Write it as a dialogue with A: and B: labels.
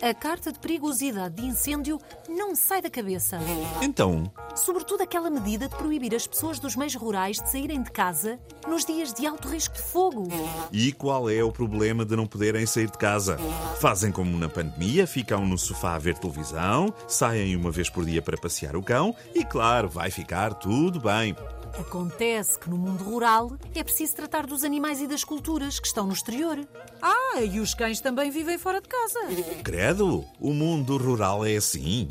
A: A carta de perigosidade de incêndio não sai da cabeça.
B: Então,
A: Sobretudo aquela medida de proibir as pessoas dos meios rurais de saírem de casa nos dias de alto risco de fogo.
B: e qual é o problema de não poderem sair de casa? Fazem como na pandemia, ficam no sofá a ver televisão, saem uma vez por dia para passear o cão e, claro, vai ficar tudo bem.
A: Acontece que no mundo rural é preciso tratar dos animais e das culturas que estão no exterior. Ah, e os cães também vivem fora de casa.
B: Credo, o mundo rural é assim.